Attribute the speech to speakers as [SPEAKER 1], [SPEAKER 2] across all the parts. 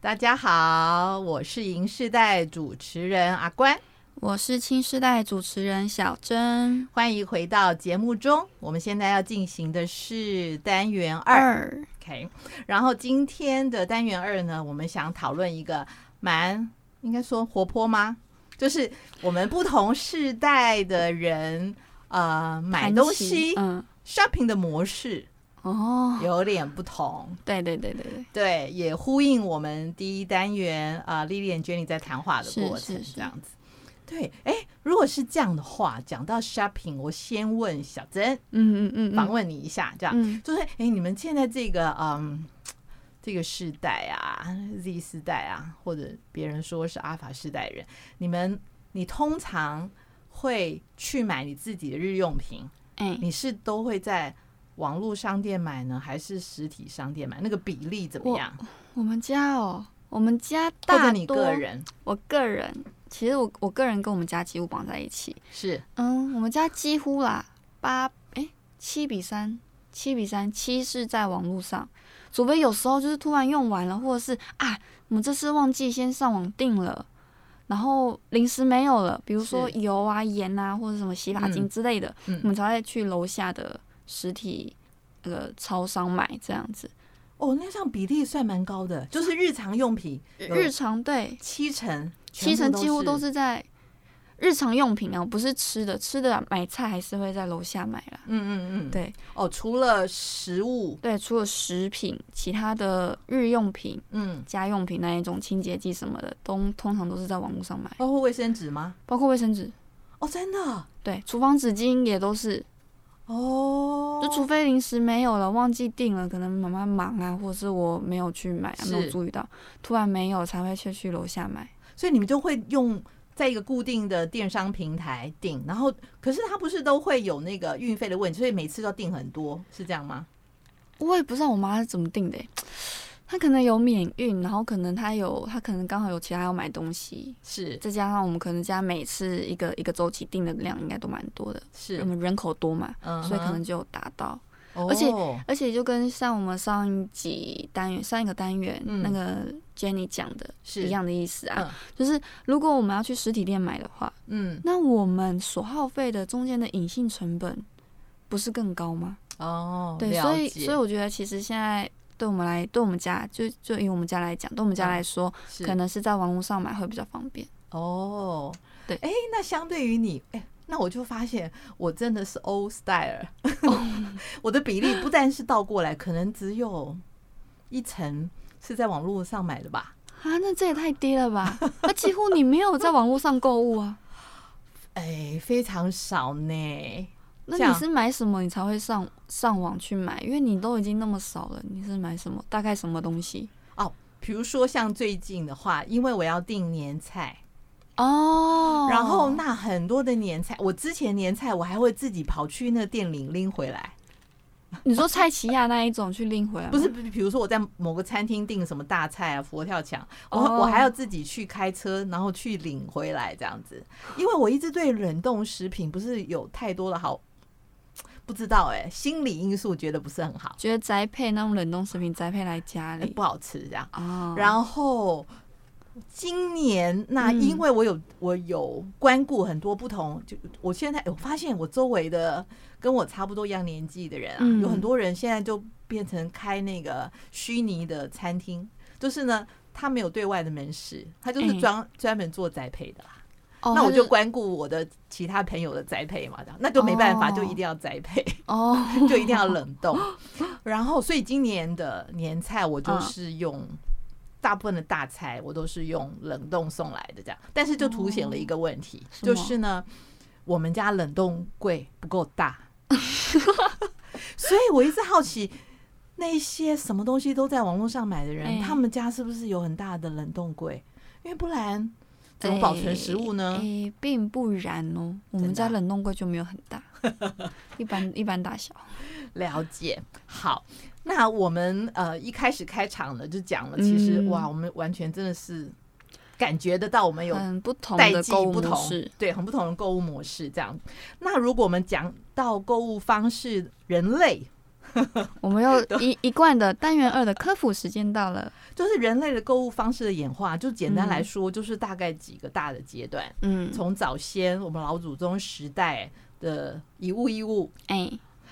[SPEAKER 1] 大家好，我是银世代主持人阿关，
[SPEAKER 2] 我是青世代主持人小珍。
[SPEAKER 1] 欢迎回到节目中。我们现在要进行的是单元二
[SPEAKER 2] 二，
[SPEAKER 1] ，OK。然后今天的单元二呢，我们想讨论一个蛮应该说活泼吗？就是我们不同世代的人，呃，买
[SPEAKER 2] 韩
[SPEAKER 1] 东
[SPEAKER 2] 系
[SPEAKER 1] 西、
[SPEAKER 2] 嗯，
[SPEAKER 1] shopping 的模式
[SPEAKER 2] 哦，
[SPEAKER 1] 有点不同。
[SPEAKER 2] 对对对对对，
[SPEAKER 1] 对，也呼应我们第一单元啊，莉莉 n Jenny 在谈话的
[SPEAKER 2] 是
[SPEAKER 1] 过程
[SPEAKER 2] 是是
[SPEAKER 1] 这样子。对，哎，如果是这样的话，讲到 shopping，我先问小珍，
[SPEAKER 2] 嗯嗯嗯，
[SPEAKER 1] 访问你一下，这样、
[SPEAKER 2] 嗯，
[SPEAKER 1] 就是，哎，你们现在这个嗯，这个世代啊，Z 世代啊，或者别人说是阿法世代人，你们你通常会去买你自己的日用品，
[SPEAKER 2] 哎，
[SPEAKER 1] 你是都会在网络商店买呢，还是实体商店买？那个比例怎么
[SPEAKER 2] 我
[SPEAKER 1] 样？
[SPEAKER 2] 我们家哦，我们家
[SPEAKER 1] 或
[SPEAKER 2] 大
[SPEAKER 1] 者
[SPEAKER 2] 多
[SPEAKER 1] 你个人
[SPEAKER 2] 我个人，其实我我个人跟我们家几乎绑在一起。
[SPEAKER 1] 是
[SPEAKER 2] 嗯，我们家几乎啦，八哎七比三，七比三，七是在网络上，除非有时候就是突然用完了，或者是啊，我们这次忘记先上网订了，然后临时没有了，比如说
[SPEAKER 1] 是
[SPEAKER 2] 油啊、盐啊，或者什么洗发精
[SPEAKER 1] 嗯
[SPEAKER 2] 之类的，
[SPEAKER 1] 嗯
[SPEAKER 2] 我们才会去楼下的实体那个、超商买这样子。
[SPEAKER 1] 哦，那像比例算蛮高的，就是日常用品有
[SPEAKER 2] 日常对，
[SPEAKER 1] 七成，
[SPEAKER 2] 七成几乎都
[SPEAKER 1] 是
[SPEAKER 2] 是在日常用品啊，不是吃的，吃的买菜还是会在楼下买啦。
[SPEAKER 1] 嗯嗯嗯，
[SPEAKER 2] 对
[SPEAKER 1] 哦，除了食物，
[SPEAKER 2] 对，除了食品，其他的日用品、
[SPEAKER 1] 嗯，
[SPEAKER 2] 家用品那一种清洁剂什么的，都通常都是在网络上买，
[SPEAKER 1] 包括卫生纸吗？
[SPEAKER 2] 包括卫生纸，
[SPEAKER 1] 哦，真的
[SPEAKER 2] 对，厨房纸巾也都是，
[SPEAKER 1] 哦，
[SPEAKER 2] 就除非临时没有了，忘记订了，可能妈妈忙啊，或者是我没有去买啊，没
[SPEAKER 1] 是
[SPEAKER 2] 有注意到，突然没有才会去去楼下买。
[SPEAKER 1] 所以你们就会用。在一个固定的电商平台订，然后可是它不是都会有那个运费的问题，所以每次都订很多，是这样吗？
[SPEAKER 2] 我也不知道我妈是怎么定的欸、她可能有免运，然后可能她有，她可能刚好有其他要买东西，
[SPEAKER 1] 是
[SPEAKER 2] 再加上我们可能家每次一个一个周期定的量应该都蛮多的，
[SPEAKER 1] 是
[SPEAKER 2] 我，们人口多嘛，
[SPEAKER 1] 嗯哦哼，
[SPEAKER 2] 所以可能就有达到。
[SPEAKER 1] 而
[SPEAKER 2] 而且而且就跟像我们上一集单元上一个单元、
[SPEAKER 1] 嗯
[SPEAKER 2] 那个 Jenny 讲的
[SPEAKER 1] 是
[SPEAKER 2] 一样的意思啊，
[SPEAKER 1] 嗯
[SPEAKER 2] 就是如果我们要去实体店买的话，
[SPEAKER 1] 嗯
[SPEAKER 2] 那我们所耗费的中间的隐性成本不是更高吗？
[SPEAKER 1] 哦，
[SPEAKER 2] 对，
[SPEAKER 1] 了
[SPEAKER 2] 所以
[SPEAKER 1] 解
[SPEAKER 2] 所以我觉得其实现在对我们来，对我们家就就以我们家来讲，对我们家
[SPEAKER 1] 嗯
[SPEAKER 2] 来说，
[SPEAKER 1] 是
[SPEAKER 2] 可能是在网络上买会比较方便。
[SPEAKER 1] 哦，
[SPEAKER 2] 对
[SPEAKER 1] 哎，那相对于你，哎，那我就发现我真的是 old style，我的比例不但是倒过来，可能只有一层是在网络上买的吧。
[SPEAKER 2] 啊，那这也太低了吧！ 那几乎你没有在网络上购物啊，
[SPEAKER 1] 哎，非常少呢。
[SPEAKER 2] 那
[SPEAKER 1] 这样
[SPEAKER 2] 你是买什么你才会上上网去买？因为你都已经那么少了，你是买什么？大概什么东西？
[SPEAKER 1] 比如说像最近的话，因为我要订年菜，
[SPEAKER 2] 哦，
[SPEAKER 1] 然后那很多的年菜，我之前年菜我还会自己跑去那个店里拎回来。
[SPEAKER 2] 你说蔡奇亚那一种去拎回来吗？
[SPEAKER 1] 不是，比比如说我在某个餐厅订什么大菜啊、佛跳墙，我、
[SPEAKER 2] 哦
[SPEAKER 1] 我还要自己去开车，然后去领回来这样子。因为我一直对冷冻食品不是有太多的好，不知道哎、心理因素觉得不是很好，
[SPEAKER 2] 觉得宅配那种冷冻食品宅配来家
[SPEAKER 1] 哎
[SPEAKER 2] 里
[SPEAKER 1] 不好吃这样。
[SPEAKER 2] 啊，后
[SPEAKER 1] 然后今年那
[SPEAKER 2] 嗯
[SPEAKER 1] 因为我有、我有关顾很多不同，就我现在我发现我周围的跟我差不多一样年纪的人啊，
[SPEAKER 2] 嗯
[SPEAKER 1] 有很多人现在就变成开那个虚拟的餐厅，就是呢。他没有对外的门市，他就是
[SPEAKER 2] 哎
[SPEAKER 1] 专专、门做栽培的啦。
[SPEAKER 2] 哦
[SPEAKER 1] 那我
[SPEAKER 2] 他
[SPEAKER 1] 就关顾我的其他朋友的栽培嘛，这样那就没办法，
[SPEAKER 2] 哦
[SPEAKER 1] 就一定要栽培。
[SPEAKER 2] 哦，
[SPEAKER 1] 就一定要冷冻。然后，所以今年的年菜我就是用。大部分的大菜我都是用冷冻送来的，这样，但是就凸显了一个问题，
[SPEAKER 2] 什
[SPEAKER 1] 就
[SPEAKER 2] 么
[SPEAKER 1] 是呢，我们家冷冻柜不够大，所以我一直好奇，那些什么东西都在网络上买的人，
[SPEAKER 2] 哎
[SPEAKER 1] 他们家是不是有很大的冷冻柜？因为不然怎么保存食物呢？
[SPEAKER 2] 诶、诶哎并不然哦，我们
[SPEAKER 1] 真的啊
[SPEAKER 2] 家冷冻柜就没有很 大，一般一般大小。
[SPEAKER 1] 了解，好，那我们呃一开始开场呢就讲了，其实、
[SPEAKER 2] 嗯
[SPEAKER 1] 哇，我们完全真的是感觉得到我们有
[SPEAKER 2] 嗯，不同
[SPEAKER 1] 代
[SPEAKER 2] 的
[SPEAKER 1] 际
[SPEAKER 2] 购物
[SPEAKER 1] 不
[SPEAKER 2] 模
[SPEAKER 1] 同
[SPEAKER 2] 式，，
[SPEAKER 1] 对，很不同的购物模式这样。那如果我们讲到购物方式，人类
[SPEAKER 2] 我们又一一贯的单元二的科普时间到了，
[SPEAKER 1] 就是人类的购物方式的演化，就简单来说，就是大概几个大的阶段，
[SPEAKER 2] 嗯，
[SPEAKER 1] 从早先我们老祖宗时代的以物易物，
[SPEAKER 2] 哎，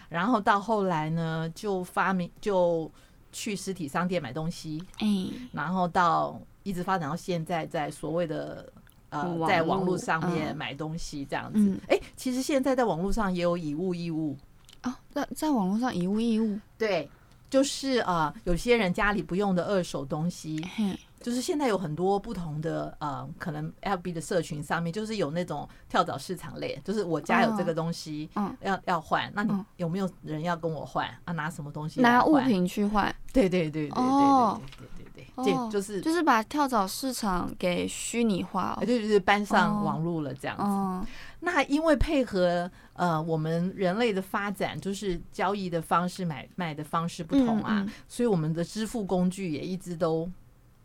[SPEAKER 1] 然后到后来呢，就发明就去实体商店买东西，
[SPEAKER 2] 哎，
[SPEAKER 1] 然后到一直发展到现在，在所谓的呃
[SPEAKER 2] 网，络
[SPEAKER 1] 在网络上面
[SPEAKER 2] 嗯
[SPEAKER 1] 买东西这样子。
[SPEAKER 2] 嗯，
[SPEAKER 1] 哎、其实现在在网络上也有以物易物，
[SPEAKER 2] 哦，在在网络上以物易物，
[SPEAKER 1] 对，就是呃，有些人家里不用的二手东西，
[SPEAKER 2] 嘿，
[SPEAKER 1] 就是现在有很多不同的呃，可能 FB 的社群上面，就是有那种跳蚤市场类，就是我家有这个东西，
[SPEAKER 2] 嗯
[SPEAKER 1] 要要换，那你
[SPEAKER 2] 嗯
[SPEAKER 1] 有没有人要跟我换啊？拿什么东西？
[SPEAKER 2] 拿物，品去换，
[SPEAKER 1] 对对对对对
[SPEAKER 2] 哦
[SPEAKER 1] 对对对对对，
[SPEAKER 2] 哦
[SPEAKER 1] 这就是
[SPEAKER 2] 就是把跳蚤市场给虚拟化
[SPEAKER 1] 哎对对对，搬上
[SPEAKER 2] 哦
[SPEAKER 1] 网络了这样子。
[SPEAKER 2] 哦，嗯，
[SPEAKER 1] 那因为配合呃我们人类的发展，就是交易的方式、买卖的方式不同啊，
[SPEAKER 2] 嗯嗯嗯
[SPEAKER 1] 所以我们的支付工具也一直都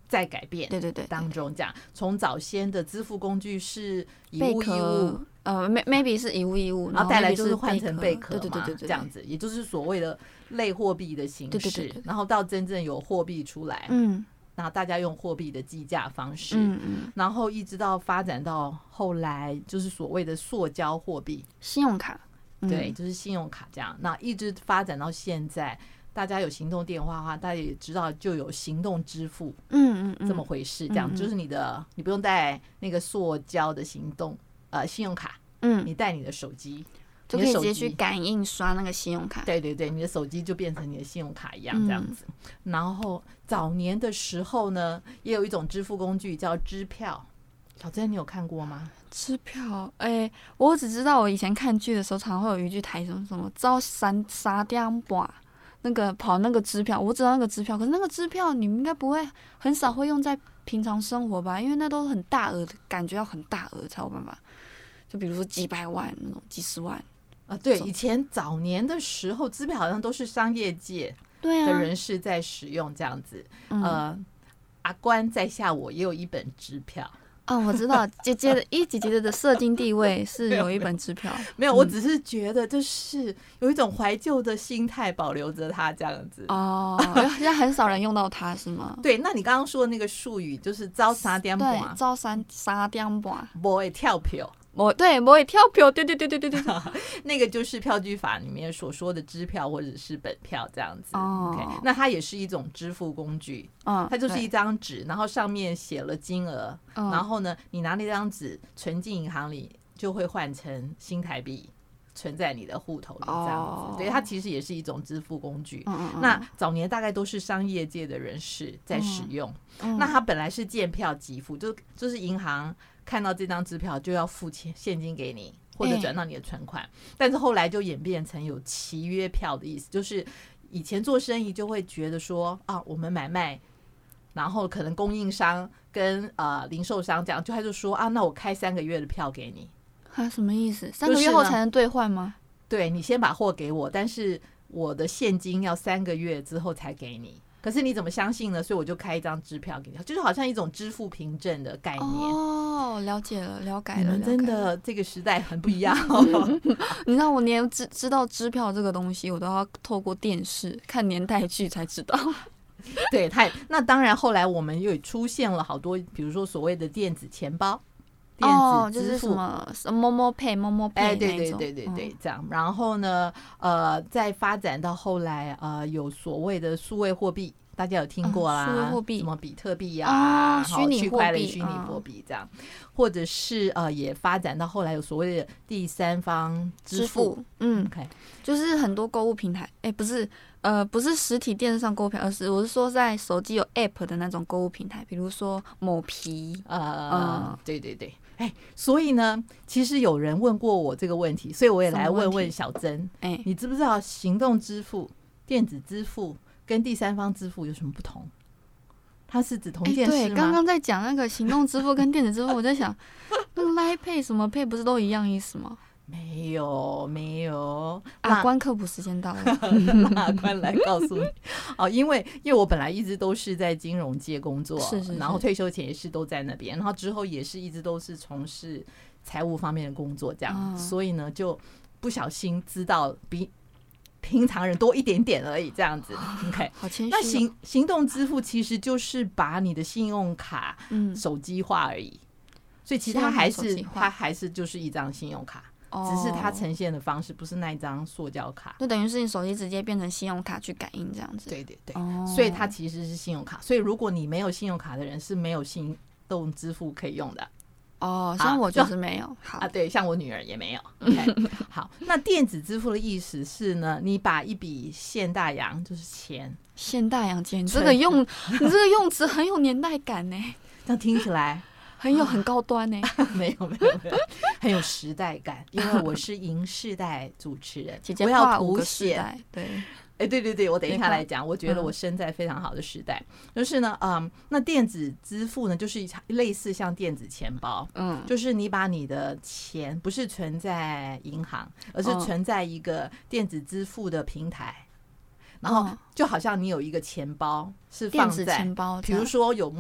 [SPEAKER 1] 在改变。
[SPEAKER 2] 对对对，
[SPEAKER 1] 当中这样，从早先的支付工具是以
[SPEAKER 2] 贝
[SPEAKER 1] 物易物
[SPEAKER 2] 壳，，呃，may-，maybe 是以物易物，
[SPEAKER 1] 然后
[SPEAKER 2] 后
[SPEAKER 1] 带
[SPEAKER 2] maybe
[SPEAKER 1] 来就是
[SPEAKER 2] 是
[SPEAKER 1] 换成贝壳
[SPEAKER 2] 对对对
[SPEAKER 1] 嘛
[SPEAKER 2] 对对，
[SPEAKER 1] 这样
[SPEAKER 2] 子，
[SPEAKER 1] 子，也就是所谓的类货币的形
[SPEAKER 2] 对对对
[SPEAKER 1] 式
[SPEAKER 2] 对。
[SPEAKER 1] 然后到真正有货币出来，
[SPEAKER 2] 嗯
[SPEAKER 1] 然后大家用货币的计价方式，
[SPEAKER 2] 嗯嗯，
[SPEAKER 1] 然后一直到发展到后来就是所谓的塑胶货币，
[SPEAKER 2] 信用卡，嗯
[SPEAKER 1] 对，，就是信用卡这样。那一直发展到现在，大家有行动电话的话，大家也知道就有行动支付
[SPEAKER 2] 嗯嗯嗯，
[SPEAKER 1] 这么回事，这样
[SPEAKER 2] 嗯嗯
[SPEAKER 1] 就是你的你不用带那个塑胶的行动呃信用卡，
[SPEAKER 2] 嗯，
[SPEAKER 1] 你带你的手机，
[SPEAKER 2] 就
[SPEAKER 1] 你的
[SPEAKER 2] 可以
[SPEAKER 1] 手
[SPEAKER 2] 直
[SPEAKER 1] 机
[SPEAKER 2] 接去感应刷那个信用卡，
[SPEAKER 1] 对对对，你的手机就变成你的信用卡一样
[SPEAKER 2] 嗯
[SPEAKER 1] 这样子。然后早年的时候呢，也有一种支付工具叫支票。小珍，你有看过吗？
[SPEAKER 2] 支票，哎、我只知道我以前看剧的时候，常常会有一句台什么什么招三沙丁吧，那个跑那个支票，我知道那个支票，可是那个支票你们应该不会很少会用在平常生活吧？因为那都很大额的，感觉要很大额才有办法，就比如说几百万那种，几十万，
[SPEAKER 1] 啊，对，
[SPEAKER 2] 手
[SPEAKER 1] 以前早年的时候，支票好像都是商业界
[SPEAKER 2] 对
[SPEAKER 1] 的
[SPEAKER 2] 啊，
[SPEAKER 1] 人士在使用这样子。
[SPEAKER 2] 嗯、
[SPEAKER 1] 呃，阿关在下我也有一本支票，
[SPEAKER 2] 啊，我知道姐姐的一姐姐的社经地位是有一本支 票，
[SPEAKER 1] 没有，我只是觉得就是有一种怀旧的心态保留着它这样子。
[SPEAKER 2] 哦，现在很少人用到它是吗？
[SPEAKER 1] 对，那你刚刚说的那个术语就是招啥点
[SPEAKER 2] 对
[SPEAKER 1] 啊，？
[SPEAKER 2] 招三沙丁吧。
[SPEAKER 1] 不会跳票。
[SPEAKER 2] 我对我也跳票，对对对对对对。
[SPEAKER 1] 那个就是票据法里面所说的支票或者是本票这样子。
[SPEAKER 2] 哦
[SPEAKER 1] OK，那它也是一种支付工具，
[SPEAKER 2] 嗯，
[SPEAKER 1] 它就是
[SPEAKER 2] 对
[SPEAKER 1] 一张纸，然后上面写了金额，
[SPEAKER 2] 嗯
[SPEAKER 1] 然后呢，你拿那张纸存进银行里，就会换成新台币存在你的户头里这样
[SPEAKER 2] 哦
[SPEAKER 1] 子。对，它其实也是一种支付工具。
[SPEAKER 2] 嗯嗯嗯
[SPEAKER 1] 那早年大概都是商业界的人士在使用，
[SPEAKER 2] 嗯
[SPEAKER 1] 那它本来是见票即付，就就是银行看到这张支票就要付钱现金给你，或者
[SPEAKER 2] 哎
[SPEAKER 1] 转到你的存款。但是后来就演变成有契约票的意思，就是以前做生意就会觉得说啊，我们买卖，然后可能供应商跟呃零售商这样，就他就说啊，那我开三个月的票给你，
[SPEAKER 2] 啊什么意思？三个月后才能兑换吗？
[SPEAKER 1] 对你先把货给我，但是我的现金要三个月之后才给你。可是你怎么相信呢？所以我就开一张支票给你，就是好像一种支付凭证的概念。
[SPEAKER 2] 哦，了解了，了解
[SPEAKER 1] 你
[SPEAKER 2] 了，
[SPEAKER 1] 们
[SPEAKER 2] 了
[SPEAKER 1] 真
[SPEAKER 2] 解了。
[SPEAKER 1] 的这个时代很不一 样、
[SPEAKER 2] 你让我连知知道支票这个东西，我都要透过电视看年代剧才知道。
[SPEAKER 1] 对，太那当然，后来我们又出现了好多，比如说所谓的电子钱包、 电
[SPEAKER 2] 哦，
[SPEAKER 1] 子
[SPEAKER 2] 就
[SPEAKER 1] 支
[SPEAKER 2] 是什
[SPEAKER 1] 付。
[SPEAKER 2] 么什么 Momo Pay、Momo Pay
[SPEAKER 1] 哎，对
[SPEAKER 2] 那
[SPEAKER 1] 对
[SPEAKER 2] 一种嗯
[SPEAKER 1] 对对对，，这样。然后呢，呃，再发展到后来，呃，有所谓的数位货币，大家有听过啦，
[SPEAKER 2] 嗯数位货币
[SPEAKER 1] 什么比特币呀、
[SPEAKER 2] 啊
[SPEAKER 1] 然后
[SPEAKER 2] 虚拟
[SPEAKER 1] 区
[SPEAKER 2] 货
[SPEAKER 1] 块链、
[SPEAKER 2] 币
[SPEAKER 1] 虚拟
[SPEAKER 2] 嗯
[SPEAKER 1] 货币这样，或者是呃，也发展到后来有所谓的第三方
[SPEAKER 2] 嗯
[SPEAKER 1] 支
[SPEAKER 2] 支
[SPEAKER 1] 付。
[SPEAKER 2] 付，嗯，
[SPEAKER 1] OK，
[SPEAKER 2] 就是很多购物平台，哎，不是，呃，不是实体电视上购物平台，而是我是说在手机有 App 的那种购物平台，比如说某皮，
[SPEAKER 1] 呃
[SPEAKER 2] 嗯，
[SPEAKER 1] 对对对，哎，所以呢，其实有人问过我这个问题，所以我也
[SPEAKER 2] 什么
[SPEAKER 1] 来问
[SPEAKER 2] 问
[SPEAKER 1] 问
[SPEAKER 2] 题
[SPEAKER 1] 小珍，
[SPEAKER 2] 哎，
[SPEAKER 1] 你知不知道行动支付、电子支付跟第三方支付有什么不同？它是指同一
[SPEAKER 2] 哎，
[SPEAKER 1] 件事
[SPEAKER 2] 对，
[SPEAKER 1] 吗？
[SPEAKER 2] 刚刚在讲那个行动支付跟电子支付，我在想，那个 Line Pay 什么 Pay 不是都一样意思吗？
[SPEAKER 1] 没有没有，
[SPEAKER 2] 啊，
[SPEAKER 1] 那
[SPEAKER 2] 关科普时间到了。
[SPEAKER 1] 法官来告诉你哦，因为因为我本来一直都是在金融界工作，
[SPEAKER 2] 是是是
[SPEAKER 1] 然后退休前也是都在那边，然后之后也是一直都是从事
[SPEAKER 2] 啊
[SPEAKER 1] 财务方面的工作，这样，
[SPEAKER 2] 嗯
[SPEAKER 1] 所以呢就不小心知道比平常人多一点点而已，这样子。OK，
[SPEAKER 2] 好谦虚、哦
[SPEAKER 1] 那，行行动支付其实就是把你的信用卡
[SPEAKER 2] 嗯，
[SPEAKER 1] 手机化而已，所以其实
[SPEAKER 2] 信
[SPEAKER 1] 它
[SPEAKER 2] 用卡
[SPEAKER 1] 还
[SPEAKER 2] 手
[SPEAKER 1] 是
[SPEAKER 2] 机化
[SPEAKER 1] 它还是就是一张信用卡，只是它
[SPEAKER 2] 哦
[SPEAKER 1] 呈现的方式不是那一张塑胶卡。
[SPEAKER 2] 就等于是你手机直接变成信用卡去感应这样子。，
[SPEAKER 1] 对对对，
[SPEAKER 2] 哦，
[SPEAKER 1] 所以它其实是信用卡。所以如果你没有信用卡的人是没有信动支付可以用的
[SPEAKER 2] 哦，
[SPEAKER 1] 啊
[SPEAKER 2] 像我就
[SPEAKER 1] 就是
[SPEAKER 2] 没有。好
[SPEAKER 1] 啊。，对，像我女儿也没有。OK，好，那电子支付的意思是呢，你把一笔现大洋就是钱，
[SPEAKER 2] 现代洋钱，你这
[SPEAKER 1] 纯
[SPEAKER 2] 个用你这个用词很有年代感呢，
[SPEAKER 1] 这样听起来
[SPEAKER 2] 很
[SPEAKER 1] 啊
[SPEAKER 2] 有很高端呢。
[SPEAKER 1] 没有没有没有很有时代感，因为我是银世代主持人，
[SPEAKER 2] 姐姐
[SPEAKER 1] 我要
[SPEAKER 2] 跨五
[SPEAKER 1] 凸
[SPEAKER 2] 个世
[SPEAKER 1] 显
[SPEAKER 2] 代，对，
[SPEAKER 1] 哎，对对对，我等一
[SPEAKER 2] 没
[SPEAKER 1] 下
[SPEAKER 2] 错
[SPEAKER 1] 来讲。我觉得
[SPEAKER 2] 嗯
[SPEAKER 1] 我生在非常好的时代，就是呢，嗯，那电子支付呢，就是一场类似像电子钱包，
[SPEAKER 2] 嗯，
[SPEAKER 1] 就是你把你的钱不是存在银行，而是
[SPEAKER 2] 哦
[SPEAKER 1] 存在一个电子支付的平台，然后
[SPEAKER 2] 哦
[SPEAKER 1] 就好像你有一个钱包是
[SPEAKER 2] 电
[SPEAKER 1] 放
[SPEAKER 2] 子
[SPEAKER 1] 在，
[SPEAKER 2] 钱包这
[SPEAKER 1] 比
[SPEAKER 2] 样，
[SPEAKER 1] 如说有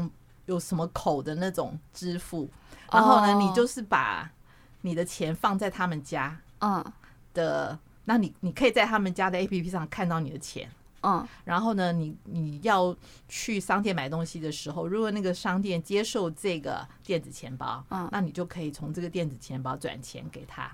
[SPEAKER 1] 有什么口的那种支付，然后呢，
[SPEAKER 2] 哦
[SPEAKER 1] 你就是把你的钱放在他们家
[SPEAKER 2] 嗯
[SPEAKER 1] 的，那你你可以在他们家的 APP 上看到你的钱。
[SPEAKER 2] 嗯
[SPEAKER 1] 然后呢，你你要去商店买东西的时候，如果那个商店接受这个电子钱包，
[SPEAKER 2] 嗯
[SPEAKER 1] 那你就可以从这个电子钱包转钱给他。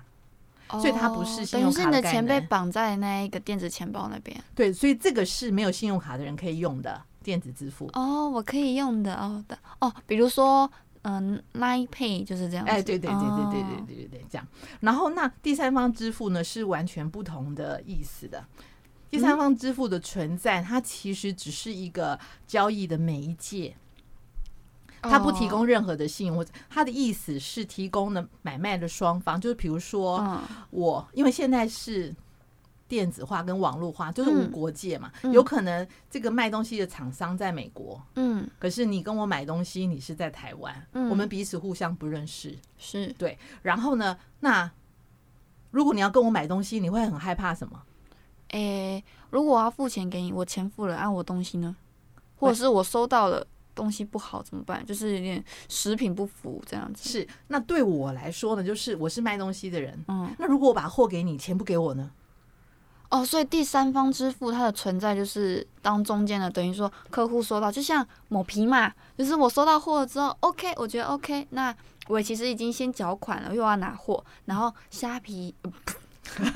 [SPEAKER 1] 所以它不是
[SPEAKER 2] 哦
[SPEAKER 1] 信
[SPEAKER 2] 等于
[SPEAKER 1] 用
[SPEAKER 2] 是
[SPEAKER 1] 卡
[SPEAKER 2] 你
[SPEAKER 1] 的
[SPEAKER 2] 的
[SPEAKER 1] 概
[SPEAKER 2] 钱被
[SPEAKER 1] 念
[SPEAKER 2] 绑在那一个电子钱包那边。
[SPEAKER 1] 对，所以这个是没有信用卡的人可以用的电子支付。
[SPEAKER 2] 哦，我可以用的哦的哦，比如说嗯，Line Pay 就是这样子。
[SPEAKER 1] 哎，对对对对对对
[SPEAKER 2] 哦
[SPEAKER 1] 对对对，这样。然后那第三方支付呢是完全不同的意思的。第三方支付的存在，它其实只是一个交易的媒介，它不提
[SPEAKER 2] 哦。
[SPEAKER 1] 供任何的信用，或者它的意思是提供了买卖的双方，就是比如说，
[SPEAKER 2] 嗯，
[SPEAKER 1] 我因为现在是电子化跟网络化，就是无
[SPEAKER 2] 嗯
[SPEAKER 1] 国界嘛，
[SPEAKER 2] 嗯
[SPEAKER 1] 有可能这个卖东西的厂商在美国，
[SPEAKER 2] 嗯，
[SPEAKER 1] 可是你跟我买东西，你是在台湾，
[SPEAKER 2] 嗯
[SPEAKER 1] 我们彼此互相不认识。
[SPEAKER 2] 是
[SPEAKER 1] 然后呢，那如果你要跟我买东西，你会很害怕什么？
[SPEAKER 2] 诶、如果我要付钱给你，我钱付了，按、我东西呢？或者是我收到了东西不好怎么办？就是有点食品不符这样子。
[SPEAKER 1] 是那对我来说呢，就是我是卖东西的人。
[SPEAKER 2] 嗯，
[SPEAKER 1] 那如果我把货给你，钱不给我呢？
[SPEAKER 2] 哦，所以第三方支付它的存在就是当中间的，等于说客户收到，就像某皮嘛，就是我收到货了之后，OK，我觉得 OK，那我其实已经先缴款了，又要拿货，然后虾皮、呃不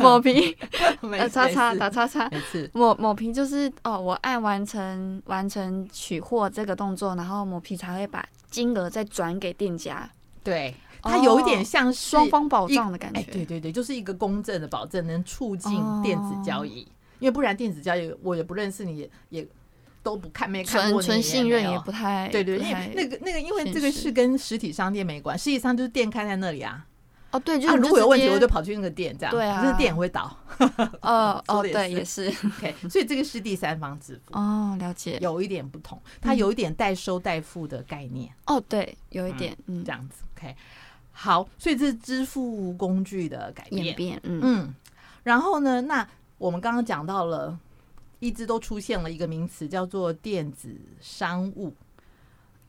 [SPEAKER 2] 某皮
[SPEAKER 1] 没
[SPEAKER 2] 呃叉叉打叉叉，
[SPEAKER 1] 每次
[SPEAKER 2] 某某皮就是哦，我按完成完成取货这个动作，然后某皮才会把金额再转给店家，
[SPEAKER 1] 对，它有一点
[SPEAKER 2] 哦
[SPEAKER 1] 像是
[SPEAKER 2] 双方保障的感觉。哦
[SPEAKER 1] 哎，对对对，就是一个公正的保证，能促进电子交易，因为不然电子交易我也不认识你，也也都不看没看
[SPEAKER 2] 纯
[SPEAKER 1] 过你，
[SPEAKER 2] 纯信任
[SPEAKER 1] 没
[SPEAKER 2] 也
[SPEAKER 1] 有
[SPEAKER 2] 不太
[SPEAKER 1] 对对，
[SPEAKER 2] 不
[SPEAKER 1] 因
[SPEAKER 2] 太
[SPEAKER 1] 为那个那个，因为
[SPEAKER 2] 现
[SPEAKER 1] 这个
[SPEAKER 2] 实
[SPEAKER 1] 是跟实体商店没关，实体商就是店开在那里啊，
[SPEAKER 2] 哦对，就是
[SPEAKER 1] 啊，
[SPEAKER 2] 你
[SPEAKER 1] 如
[SPEAKER 2] 就
[SPEAKER 1] 果有
[SPEAKER 2] 直
[SPEAKER 1] 问题
[SPEAKER 2] 接
[SPEAKER 1] 我就跑去那个店这样，
[SPEAKER 2] 对啊
[SPEAKER 1] 可是店也会倒
[SPEAKER 2] 哦哦
[SPEAKER 1] 说得也
[SPEAKER 2] 对
[SPEAKER 1] 是
[SPEAKER 2] 也是
[SPEAKER 1] ，OK，所以这个是第三方支付，
[SPEAKER 2] 哦嗯了解
[SPEAKER 1] 有一点不同，它有一点代收代付的概念，
[SPEAKER 2] 哦对有一点嗯
[SPEAKER 1] 这样子，OK，好，所以这是支付工具的改变
[SPEAKER 2] 演。变嗯
[SPEAKER 1] 嗯，然后呢，那我们刚刚讲到了，一直都出现了一个名词叫做电子商务，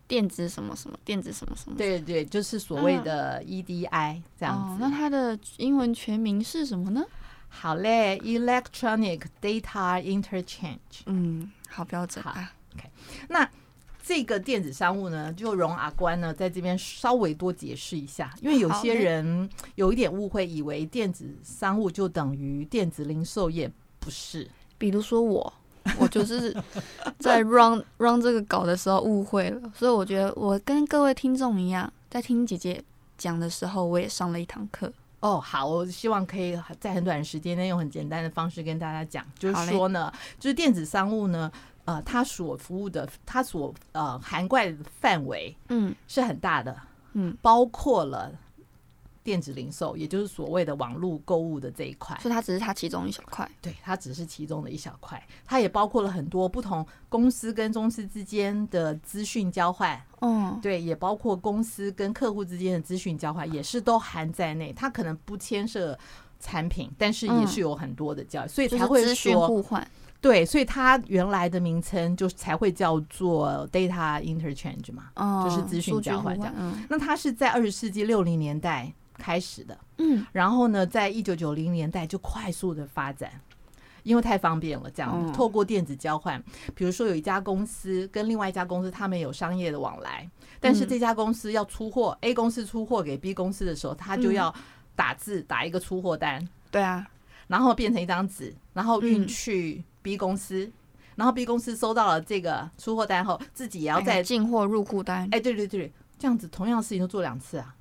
[SPEAKER 2] 电子什么什么电子什么什么
[SPEAKER 1] 对对，就是所谓的 EDI 这
[SPEAKER 2] 哦
[SPEAKER 1] 样子。
[SPEAKER 2] 那它的英文全名是什么呢？
[SPEAKER 1] 好嘞，Electronic Data Interchange。
[SPEAKER 2] 嗯，好标准
[SPEAKER 1] 好
[SPEAKER 2] 啊，
[SPEAKER 1] 那这个电子商务呢，就容阿关呢在这边稍微多解释一下，因为有些
[SPEAKER 2] 好嘞
[SPEAKER 1] 人有一点误会，以为电子商务就等于电子零售业，不是。
[SPEAKER 2] 比如说我，我 就是在 run run 这个稿的时候误会了，所以我觉得我跟各位听众一样，在听姐姐讲的时候，我也上了一堂课。
[SPEAKER 1] 哦，好，我希望可以在很短的时间内用很简单的方式跟大家讲，就
[SPEAKER 2] 好
[SPEAKER 1] 是
[SPEAKER 2] 嘞
[SPEAKER 1] 说呢，就是电子商务呢，呃，它所服务的，它所呃涵盖的范围
[SPEAKER 2] 嗯
[SPEAKER 1] 是很大的，
[SPEAKER 2] 嗯，
[SPEAKER 1] 包括了电子零售，也就是所谓的网络购物的这一块。
[SPEAKER 2] 所以它只是它其中一小块。
[SPEAKER 1] 对，它只是其中的一小块，它也包括了很多不同公司跟公司之间的资讯交换，
[SPEAKER 2] 嗯，
[SPEAKER 1] 对，也包括公司跟客户之间的资讯交换，也是都含在内。它可能不牵涉产品，但是也是有很多的交易，所以
[SPEAKER 2] 嗯就
[SPEAKER 1] 才
[SPEAKER 2] 是
[SPEAKER 1] 会
[SPEAKER 2] 资讯
[SPEAKER 1] 说
[SPEAKER 2] 互换。
[SPEAKER 1] 对，所以它原来的名称就才会叫做 data interchange 嘛。
[SPEAKER 2] 嗯，
[SPEAKER 1] 就是资讯
[SPEAKER 2] 数据
[SPEAKER 1] 交
[SPEAKER 2] 互
[SPEAKER 1] 换
[SPEAKER 2] 换
[SPEAKER 1] 这样。
[SPEAKER 2] 嗯
[SPEAKER 1] 那它是在二十世纪六零年代开始的，
[SPEAKER 2] 嗯，
[SPEAKER 1] 然后呢，在一九九零年代就快速的发展。因为太方便了，这样
[SPEAKER 2] 嗯
[SPEAKER 1] 透过电子交换，比如说有一家公司跟另外一家公司他们有商业的往来，但是
[SPEAKER 2] 嗯
[SPEAKER 1] 这家公司要出货，A 公司出货给 B 公司的时候，他就
[SPEAKER 2] 嗯
[SPEAKER 1] 要打字打一个出货单，
[SPEAKER 2] 对啊，
[SPEAKER 1] 然后变成一张纸，然后运
[SPEAKER 2] 嗯
[SPEAKER 1] 去 B 公司，然后 B 公司收到了这个出货单后，自己也要再
[SPEAKER 2] 哎进货入库单，
[SPEAKER 1] 哎，对对对，这样子同样的事情就做两次啊。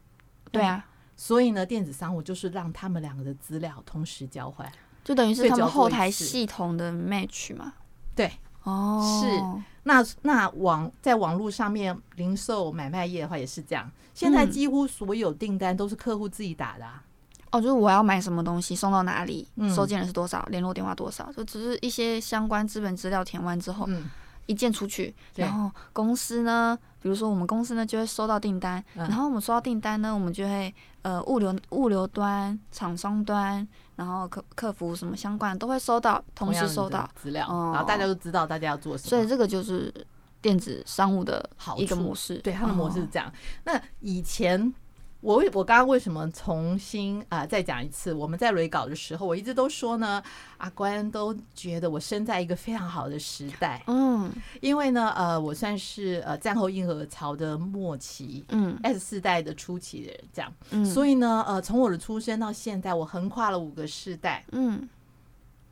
[SPEAKER 2] 对啊，
[SPEAKER 1] 所以呢，电子商务就是让他们两个的资料同时交换。
[SPEAKER 2] 就等于是
[SPEAKER 1] 对
[SPEAKER 2] 他们
[SPEAKER 1] 只要做
[SPEAKER 2] 后
[SPEAKER 1] 一
[SPEAKER 2] 台
[SPEAKER 1] 次
[SPEAKER 2] 系统的 match 嘛。
[SPEAKER 1] 对，
[SPEAKER 2] 哦，
[SPEAKER 1] 那那网在网络上面零售买卖业的话也是这样，现在
[SPEAKER 2] 嗯
[SPEAKER 1] 几乎所有订单都是客户自己打的、啊。
[SPEAKER 2] 是哦，就是我要买什么东西，送到哪里，
[SPEAKER 1] 嗯
[SPEAKER 2] 收件人是多少，联络电话多少，就只是一些相关资本资料填完之后，
[SPEAKER 1] 嗯，
[SPEAKER 2] 一键出去，
[SPEAKER 1] 对
[SPEAKER 2] 哦然后公司呢，比如说我们公司呢就会收到订单，
[SPEAKER 1] 嗯
[SPEAKER 2] 然后我们收到订单呢，我们就会呃物流物流端、厂商端，然后客客服什么相关的都会收到，同时
[SPEAKER 1] 样
[SPEAKER 2] 收
[SPEAKER 1] 的
[SPEAKER 2] 到，
[SPEAKER 1] 资料，
[SPEAKER 2] 哦
[SPEAKER 1] 然后大家都知道大家要做什么。
[SPEAKER 2] 所以这个就是电子商务的
[SPEAKER 1] 好
[SPEAKER 2] 一个
[SPEAKER 1] 处
[SPEAKER 2] 模式，
[SPEAKER 1] 对，它的模式是
[SPEAKER 2] 哦
[SPEAKER 1] 这样。那以前我为我刚刚为什么重新啊、再讲一次？我们在雷稿的时候，我一直都说呢，阿关都觉得我生在一个非常好的时代，
[SPEAKER 2] 嗯
[SPEAKER 1] 因为呢，呃，我算是呃战后婴儿潮的末期。
[SPEAKER 2] 嗯
[SPEAKER 1] S 世代的初期的人，这样，
[SPEAKER 2] 嗯，
[SPEAKER 1] 所以呢，呃，从我的出生到现在，我横跨了五个世代，
[SPEAKER 2] 嗯，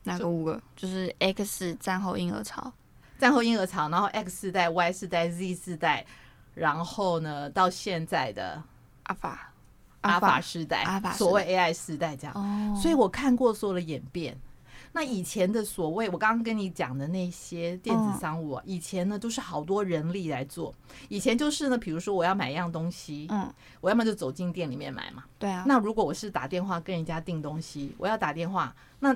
[SPEAKER 2] 哪个五个？就是 X 战后婴儿潮。
[SPEAKER 1] 战后婴儿潮，然后 X 世代、Y 世代、Z 世代，然后呢，到现在的
[SPEAKER 2] 阿法，
[SPEAKER 1] 阿法世代，
[SPEAKER 2] 阿法世代
[SPEAKER 1] 所谓 AI 世代这样。
[SPEAKER 2] 哦，
[SPEAKER 1] 所以我看过所有的演变。那以前的所谓，我刚刚跟你讲的那些电子
[SPEAKER 2] 嗯
[SPEAKER 1] 商务啊，以前呢都是好多人力来做。以前就是呢，比如说我要买一样东西，
[SPEAKER 2] 嗯，
[SPEAKER 1] 我要么就走进店里面买嘛。
[SPEAKER 2] 对啊，
[SPEAKER 1] 那如果我是打电话跟人家订东西，我要打电话，那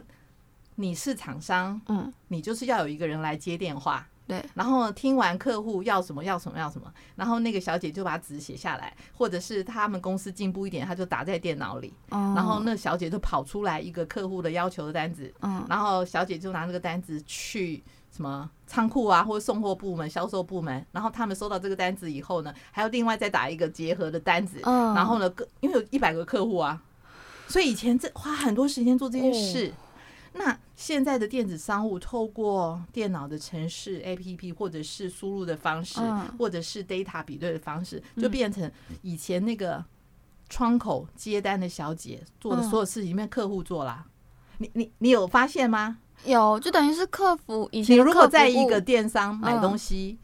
[SPEAKER 1] 你是厂商，
[SPEAKER 2] 嗯，
[SPEAKER 1] 你就是要有一个人来接电话，
[SPEAKER 2] 对，
[SPEAKER 1] 然后听完客户要什么要什么要什么，然后那个小姐就把纸写下来，或者是他们公司进步一点，她就打在电脑里，
[SPEAKER 2] 然
[SPEAKER 1] 然后那小姐就跑出来一个客户的要求的单子，
[SPEAKER 2] 嗯
[SPEAKER 1] 然后小姐就拿这个单子去什么仓库啊，或者送货部门、销售部门，然后他们收到这个单子以后呢，还要另外再打一个结合的单子，
[SPEAKER 2] 嗯，
[SPEAKER 1] 呃然后呢，各因为有一百个客户啊，所以以前这花很多时间做这些事。
[SPEAKER 2] 哦
[SPEAKER 1] 那现在的电子商务透过电脑的程式 APP，或者是输入的方式，
[SPEAKER 2] 嗯
[SPEAKER 1] 或者是 data 比对的方式，就变成以前那个窗口接单的小姐做的
[SPEAKER 2] 嗯
[SPEAKER 1] 所有事情，面客户做啦。你你你有发现吗？
[SPEAKER 2] 有就等于是客服以
[SPEAKER 1] 你
[SPEAKER 2] 前的
[SPEAKER 1] 如果
[SPEAKER 2] 客服
[SPEAKER 1] 在一
[SPEAKER 2] 部
[SPEAKER 1] 个电商买
[SPEAKER 2] 嗯
[SPEAKER 1] 东西，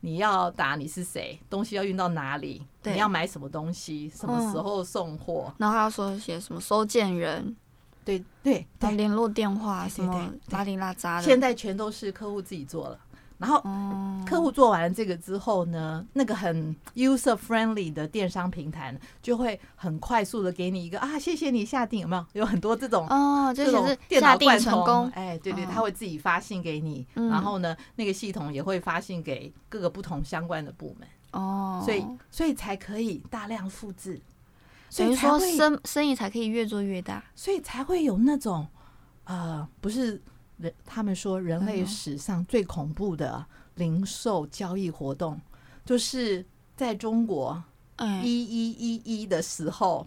[SPEAKER 1] 你要打你是谁，东西要运到哪里，
[SPEAKER 2] 对
[SPEAKER 1] 你要买什么东西，什么时
[SPEAKER 2] 嗯
[SPEAKER 1] 候送货，
[SPEAKER 2] 然后还要说写什么收件人，
[SPEAKER 1] 对对对
[SPEAKER 2] 然后，联络电话什
[SPEAKER 1] 对对
[SPEAKER 2] 么拉里拉扎的，
[SPEAKER 1] 现在全都是客户自己做了。然后
[SPEAKER 2] 哦，
[SPEAKER 1] 客户做完了这个之后呢，那个很 user friendly 的电商平台就会很快速的给你一个啊，谢谢你下订，有没有？有很多这种
[SPEAKER 2] 哦，就
[SPEAKER 1] 这种
[SPEAKER 2] 是
[SPEAKER 1] 电
[SPEAKER 2] 下
[SPEAKER 1] 脑
[SPEAKER 2] 定
[SPEAKER 1] 贯
[SPEAKER 2] 成
[SPEAKER 1] 通
[SPEAKER 2] 功，
[SPEAKER 1] 哎，对对，
[SPEAKER 2] 嗯
[SPEAKER 1] 他会自己发信给你，
[SPEAKER 2] 嗯
[SPEAKER 1] 然后呢，那个系统也会发信给各个不同相关的部门，
[SPEAKER 2] 哦，
[SPEAKER 1] 所以所以才可以大量复制，所以
[SPEAKER 2] 等于
[SPEAKER 1] 才
[SPEAKER 2] 说
[SPEAKER 1] 会
[SPEAKER 2] 生生意才可以越做越大，
[SPEAKER 1] 所以才会有那种呃，不是人他们说人类
[SPEAKER 2] 嗯
[SPEAKER 1] 史上最恐怖的零售交易活动，就是在中国
[SPEAKER 2] 哎，
[SPEAKER 1] 一一一一的时候，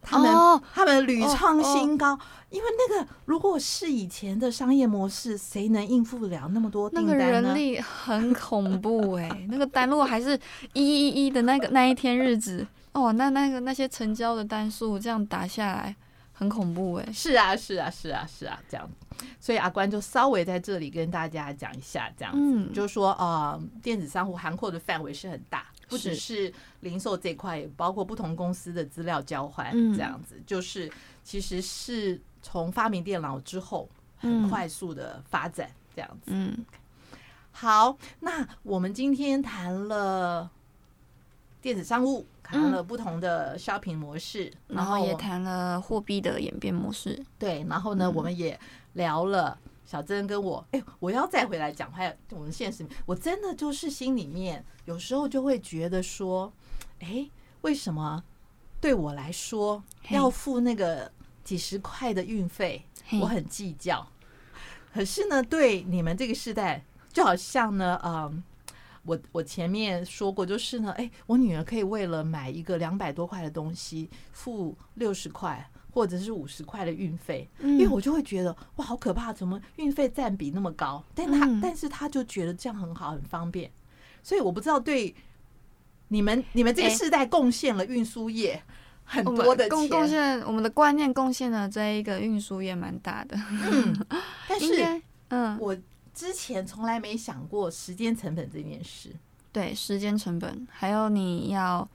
[SPEAKER 1] 他们、
[SPEAKER 2] 哦
[SPEAKER 1] 他们屡
[SPEAKER 2] 哦
[SPEAKER 1] 创
[SPEAKER 2] 哦
[SPEAKER 1] 新高，因为那个如果是以前的商业模式，谁能应付得了那么多
[SPEAKER 2] 那
[SPEAKER 1] 订
[SPEAKER 2] 个
[SPEAKER 1] 单
[SPEAKER 2] 人
[SPEAKER 1] 呢？
[SPEAKER 2] 力很恐怖哎、那个单如果还是一一一的那个那一天日子，哦，那那个那些成交的单数这样打下来，很恐怖哎、
[SPEAKER 1] 是啊，是啊，是啊，是啊，这样，所以阿关就稍微在这里跟大家讲一下，这样子
[SPEAKER 2] 嗯，
[SPEAKER 1] 就是说，呃，电子商务涵括的范围是很大，不只
[SPEAKER 2] 是
[SPEAKER 1] 是零售这一块，也包括不同公司的资料交换，
[SPEAKER 2] 嗯
[SPEAKER 1] 这样子，就是其实是从发明电脑之后很
[SPEAKER 2] 嗯
[SPEAKER 1] 快速的发展，这样子。
[SPEAKER 2] 嗯，
[SPEAKER 1] 好，那我们今天谈了电子商务，谈
[SPEAKER 2] 嗯
[SPEAKER 1] 了不同的 shopping 模式，
[SPEAKER 2] 然后
[SPEAKER 1] 我
[SPEAKER 2] 也谈了货币的演变模式，
[SPEAKER 1] 对，然后呢，
[SPEAKER 2] 嗯
[SPEAKER 1] 我们也聊了小珍跟我，哎、我要再回来讲，还有我们现实，我真的就是心里面有时候就会觉得说，哎、为什么对我来说
[SPEAKER 2] 嘿
[SPEAKER 1] 要付那个几十块的运费，
[SPEAKER 2] 嘿
[SPEAKER 1] 我很计较。可是呢，对你们这个世代，就好像呢，嗯，我我前面说过，就是呢，哎，我女儿可以为了买一个两百多块的东西付六十块，或者是五十块的运费，
[SPEAKER 2] 因
[SPEAKER 1] 因为我就会觉得哇，好可怕，怎么运费占比那么高？但他、
[SPEAKER 2] 嗯
[SPEAKER 1] 但是他就觉得这样很好，很方便，所以我不知道对你们你们这个
[SPEAKER 2] 哎
[SPEAKER 1] 世代贡献了运输业很
[SPEAKER 2] 我们
[SPEAKER 1] 多的
[SPEAKER 2] 嗯贡贡
[SPEAKER 1] 钱，
[SPEAKER 2] 献我们的观念贡献了这一个运输也蛮大的，
[SPEAKER 1] 嗯，但
[SPEAKER 2] 应
[SPEAKER 1] 是
[SPEAKER 2] 该嗯，
[SPEAKER 1] 我之前从来没想过时间成本这件事，
[SPEAKER 2] 对，时间成本，还有你要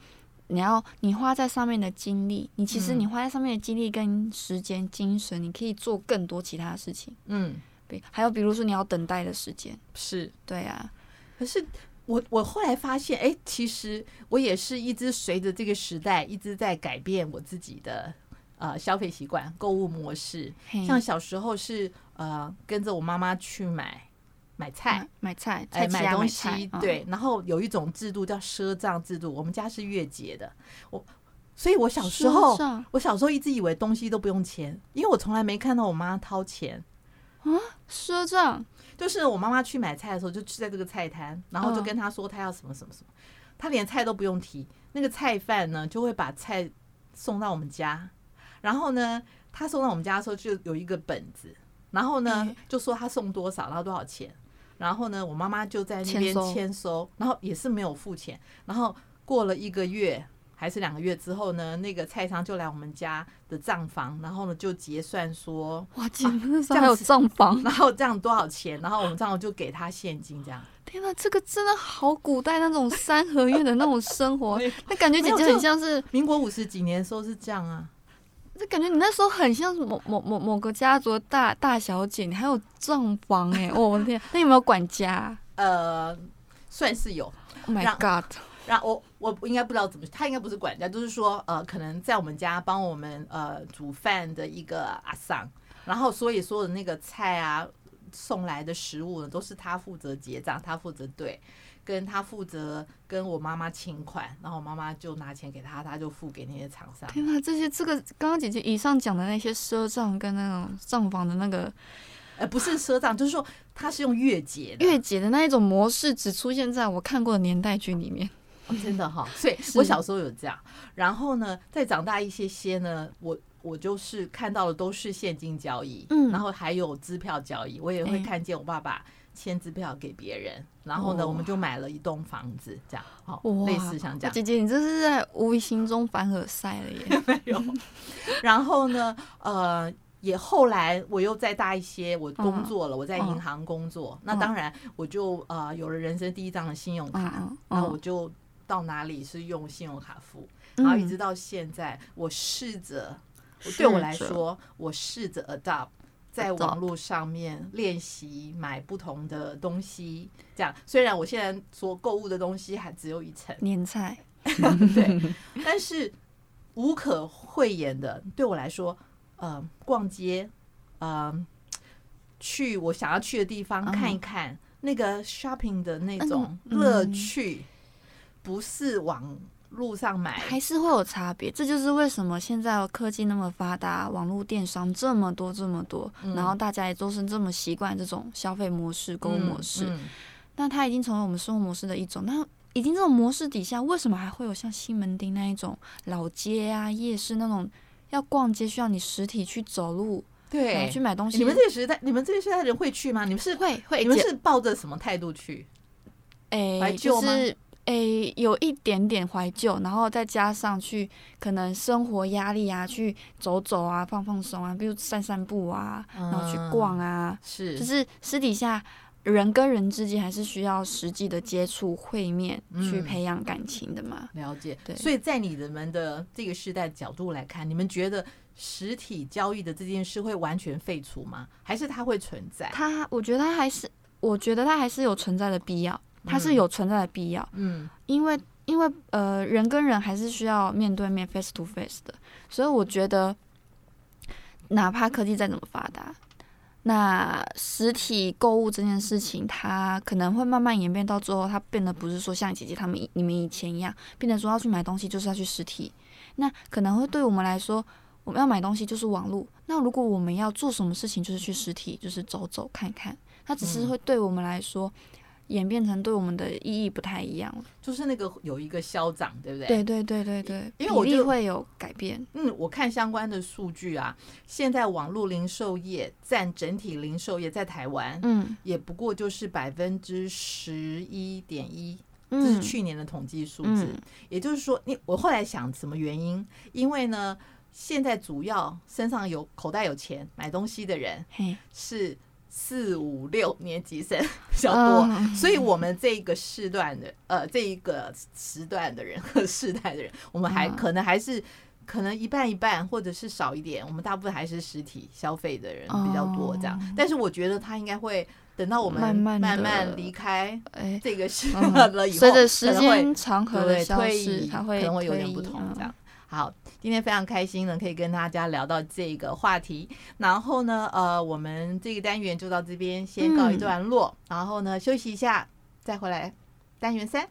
[SPEAKER 2] 你要你花在上面的精力，你其实
[SPEAKER 1] 嗯
[SPEAKER 2] 你花在上面的精力跟时间、精神，你可以做更多其他的事情，
[SPEAKER 1] 嗯，
[SPEAKER 2] 比还有比如说你要等待的时间，
[SPEAKER 1] 是，
[SPEAKER 2] 对啊，
[SPEAKER 1] 可是。我我后来发现，哎、其实我也是一直随着这个时代，一直在改变我自己的呃消费习惯、购物模式。
[SPEAKER 2] 嘿
[SPEAKER 1] 像小时候是呃跟着我妈妈去买买菜，
[SPEAKER 2] 买买菜，
[SPEAKER 1] 哎、
[SPEAKER 2] 嗯菜市
[SPEAKER 1] 买
[SPEAKER 2] 场
[SPEAKER 1] 东
[SPEAKER 2] 菜嗯
[SPEAKER 1] 西，，对。然后有一种制度叫赊账制度，我们家是月结的，我所以我小
[SPEAKER 2] 嗯，
[SPEAKER 1] 时候
[SPEAKER 2] 说上
[SPEAKER 1] 我小时候一直以为东西都不用钱，因为我从来没看到我妈掏钱。
[SPEAKER 2] 赊账，
[SPEAKER 1] 就是我妈妈去买菜的时候，就去在这个菜摊，然后就
[SPEAKER 2] 嗯
[SPEAKER 1] 跟她说她要什么什么什么，她连菜都不用提，那个菜贩呢就会把菜送到我们家，然后呢，他送到我们家的时候就有一个本子，然后呢
[SPEAKER 2] 哎
[SPEAKER 1] 就说他送多少，然后多少钱，然后呢，我妈妈就在那边
[SPEAKER 2] 签收
[SPEAKER 1] 签收，然后也是没有付钱，然后过了一个月。还是两个月之后呢，那个菜商就来我们家的账房，然后呢就结算说
[SPEAKER 2] 哇，姐， 那时
[SPEAKER 1] 这
[SPEAKER 2] 候
[SPEAKER 1] 样
[SPEAKER 2] 还有
[SPEAKER 1] 子
[SPEAKER 2] 账房，
[SPEAKER 1] 然后这样多少钱？然后我们账户就给他现金，这样
[SPEAKER 2] 天哪，这个真的好古代那种三合院的那种生活，那感觉
[SPEAKER 1] 没
[SPEAKER 2] 姐
[SPEAKER 1] 有
[SPEAKER 2] 姐
[SPEAKER 1] 就
[SPEAKER 2] 很像是，
[SPEAKER 1] 民国五十几年的时候是这样啊，
[SPEAKER 2] 那感觉你那时候很像是某某某某个家族的大大小姐，你还有账房哎、 哦我的天，那有没有管家
[SPEAKER 1] 呃，算是有。
[SPEAKER 2] ？Oh my
[SPEAKER 1] 让
[SPEAKER 2] god！
[SPEAKER 1] 然后我我应该不知道怎么，他应该不是管家，就是说呃，可能在我们家帮我们呃煮饭的一个阿桑，然后所以所有的那个菜啊送来的食物呢，都是他负责结账，他负责对，跟他负责跟我妈妈请款，然后我妈妈就拿钱给他，他就付给那些厂商。
[SPEAKER 2] 天哪，这些这个刚刚姐姐以上讲的那些赊账跟那种账房的那个
[SPEAKER 1] 呃，不是赊账，就是说他是用月结的，
[SPEAKER 2] 月姐的那一种模式，只出现在我看过的年代剧里面。
[SPEAKER 1] 哦真的 哈、所以我小时候有这样，然后呢，再长大一些些呢，我我就是看到的都是现金交易，
[SPEAKER 2] 嗯
[SPEAKER 1] 然后还有支票交易，我也会
[SPEAKER 2] 哎
[SPEAKER 1] 看见我爸爸签支票给别人，然后呢，
[SPEAKER 2] 哇
[SPEAKER 1] 我们就买了一栋房子，这样，好、
[SPEAKER 2] 哇
[SPEAKER 1] 类似像这样，
[SPEAKER 2] 姐姐，你这是在无形中凡尔赛了 耶！
[SPEAKER 1] 没有，然后呢，呃。也后来我又再大一些，我
[SPEAKER 2] 嗯
[SPEAKER 1] 工作了，我在银行工作。那当然，我就呃有了人生第一张的信用卡，
[SPEAKER 2] 嗯
[SPEAKER 1] 然
[SPEAKER 2] 嗯
[SPEAKER 1] 后我就到哪里是用信用卡付，
[SPEAKER 2] 嗯，
[SPEAKER 1] 然后一直到现在，我试着，我对我来
[SPEAKER 2] 试着
[SPEAKER 1] 说，我试着 adopt。在网
[SPEAKER 2] Adopt，
[SPEAKER 1] 络上面练习买不同的东西，这样虽然我现在所购物的东西还只有一层
[SPEAKER 2] 年菜，
[SPEAKER 1] 对，但是无可讳言的，对我来说，呃，逛街，呃，去我想要去的地方
[SPEAKER 2] 嗯
[SPEAKER 1] 看一看，那个 shopping 的那种
[SPEAKER 2] 嗯
[SPEAKER 1] 乐趣，不是网路上买
[SPEAKER 2] 还是会有差别，这就是为什么现在科技那么发达，网络电商这么多这么多，
[SPEAKER 1] 嗯
[SPEAKER 2] 然后大家也都是这么习惯这种消费模式、购物模式。
[SPEAKER 1] 嗯嗯
[SPEAKER 2] 那它已经成为我们生活模式的一种。那已经这种模式底下，为什么还会有像西门町那一种老街啊、夜市那种要逛街需要你实体去走路，然后
[SPEAKER 1] 对
[SPEAKER 2] 去，买东西？
[SPEAKER 1] 你们这个时代，你们这个时代的人会去吗？你们是
[SPEAKER 2] 会会
[SPEAKER 1] 你们
[SPEAKER 2] 姐
[SPEAKER 1] 是抱着什么态度去？
[SPEAKER 2] 诶、
[SPEAKER 1] 怀旧
[SPEAKER 2] 哎就
[SPEAKER 1] 吗
[SPEAKER 2] 是诶、有一点点怀旧，然后再加上去可能生活压力啊，去走走啊，放放松啊，比如散散步啊，然后去
[SPEAKER 1] 嗯
[SPEAKER 2] 逛啊，就是是私底下人跟人之间还是需要实际的接触、会面去
[SPEAKER 1] 嗯
[SPEAKER 2] 培养感情的嘛。
[SPEAKER 1] 了解，
[SPEAKER 2] 对
[SPEAKER 1] 所以在你们的这个时代角度来看，你们觉得实体交易的这件事会完全废除吗？还是它会存在？
[SPEAKER 2] 它，我觉得它还是，我觉得它还是有存在的必要，它是
[SPEAKER 1] 嗯
[SPEAKER 2] 有存在的必要。
[SPEAKER 1] 嗯，
[SPEAKER 2] 因为因为呃，人跟人还是需要面对面 face to face 的，所以我觉得，哪怕科技再怎么发达，那实体购物这件事情，它可能会慢慢演变到最后，它变得不是说像姐姐他们以你们以前一样，变得说要去买东西就是要去实体，那可能会对我们来说。我们要买东西就是网络，那如果我们要做什么事情，就是去实体，就是走走看看。它只是
[SPEAKER 1] 嗯
[SPEAKER 2] 会对我们来说演变成对我们的意义不太一样了。
[SPEAKER 1] 就是那个有一个消长，对不对？
[SPEAKER 2] 对对对对对，
[SPEAKER 1] 因为我
[SPEAKER 2] 比例
[SPEAKER 1] 就
[SPEAKER 2] 会有改变。
[SPEAKER 1] 嗯，我看相关的数据啊，现在网络零售业占整体零售业在台湾、
[SPEAKER 2] 嗯
[SPEAKER 1] 也不过就是百分之十一点一，这是
[SPEAKER 2] 嗯
[SPEAKER 1] 去年的统计数字。
[SPEAKER 2] 嗯
[SPEAKER 1] 也就是说，你我后来想什么原因？因为呢，现在主要身上有口袋有钱买东西的人
[SPEAKER 2] 嘿，
[SPEAKER 1] 是四五六年级生 比较多。
[SPEAKER 2] 嗯
[SPEAKER 1] 所以，我们这一个时段的，呃，这一个时段的人和世代的人， 我们还
[SPEAKER 2] 嗯
[SPEAKER 1] 可能还是可能一半一半，或者是少一点。我们大部分还是实体消费的人比较多，这样
[SPEAKER 2] 哦。
[SPEAKER 1] 但是，我觉得他应该会等到我们
[SPEAKER 2] 慢慢地
[SPEAKER 1] 慢慢离开
[SPEAKER 2] 哎，
[SPEAKER 1] 这个时
[SPEAKER 2] 嗯
[SPEAKER 1] 段 了以后，
[SPEAKER 2] 随着时
[SPEAKER 1] 可能会
[SPEAKER 2] 间长河的
[SPEAKER 1] 对，
[SPEAKER 2] 消
[SPEAKER 1] 推
[SPEAKER 2] 逝，
[SPEAKER 1] 移
[SPEAKER 2] 它会
[SPEAKER 1] 可能会有点
[SPEAKER 2] 推
[SPEAKER 1] 不
[SPEAKER 2] 移
[SPEAKER 1] 同
[SPEAKER 2] 嗯
[SPEAKER 1] 这样。好，今天非常开心呢，可以跟大家聊到这个话题。然后呢，呃，我们这个单元就到这边先告一
[SPEAKER 2] 嗯
[SPEAKER 1] 段落，然后呢休息一下，再回来单元三。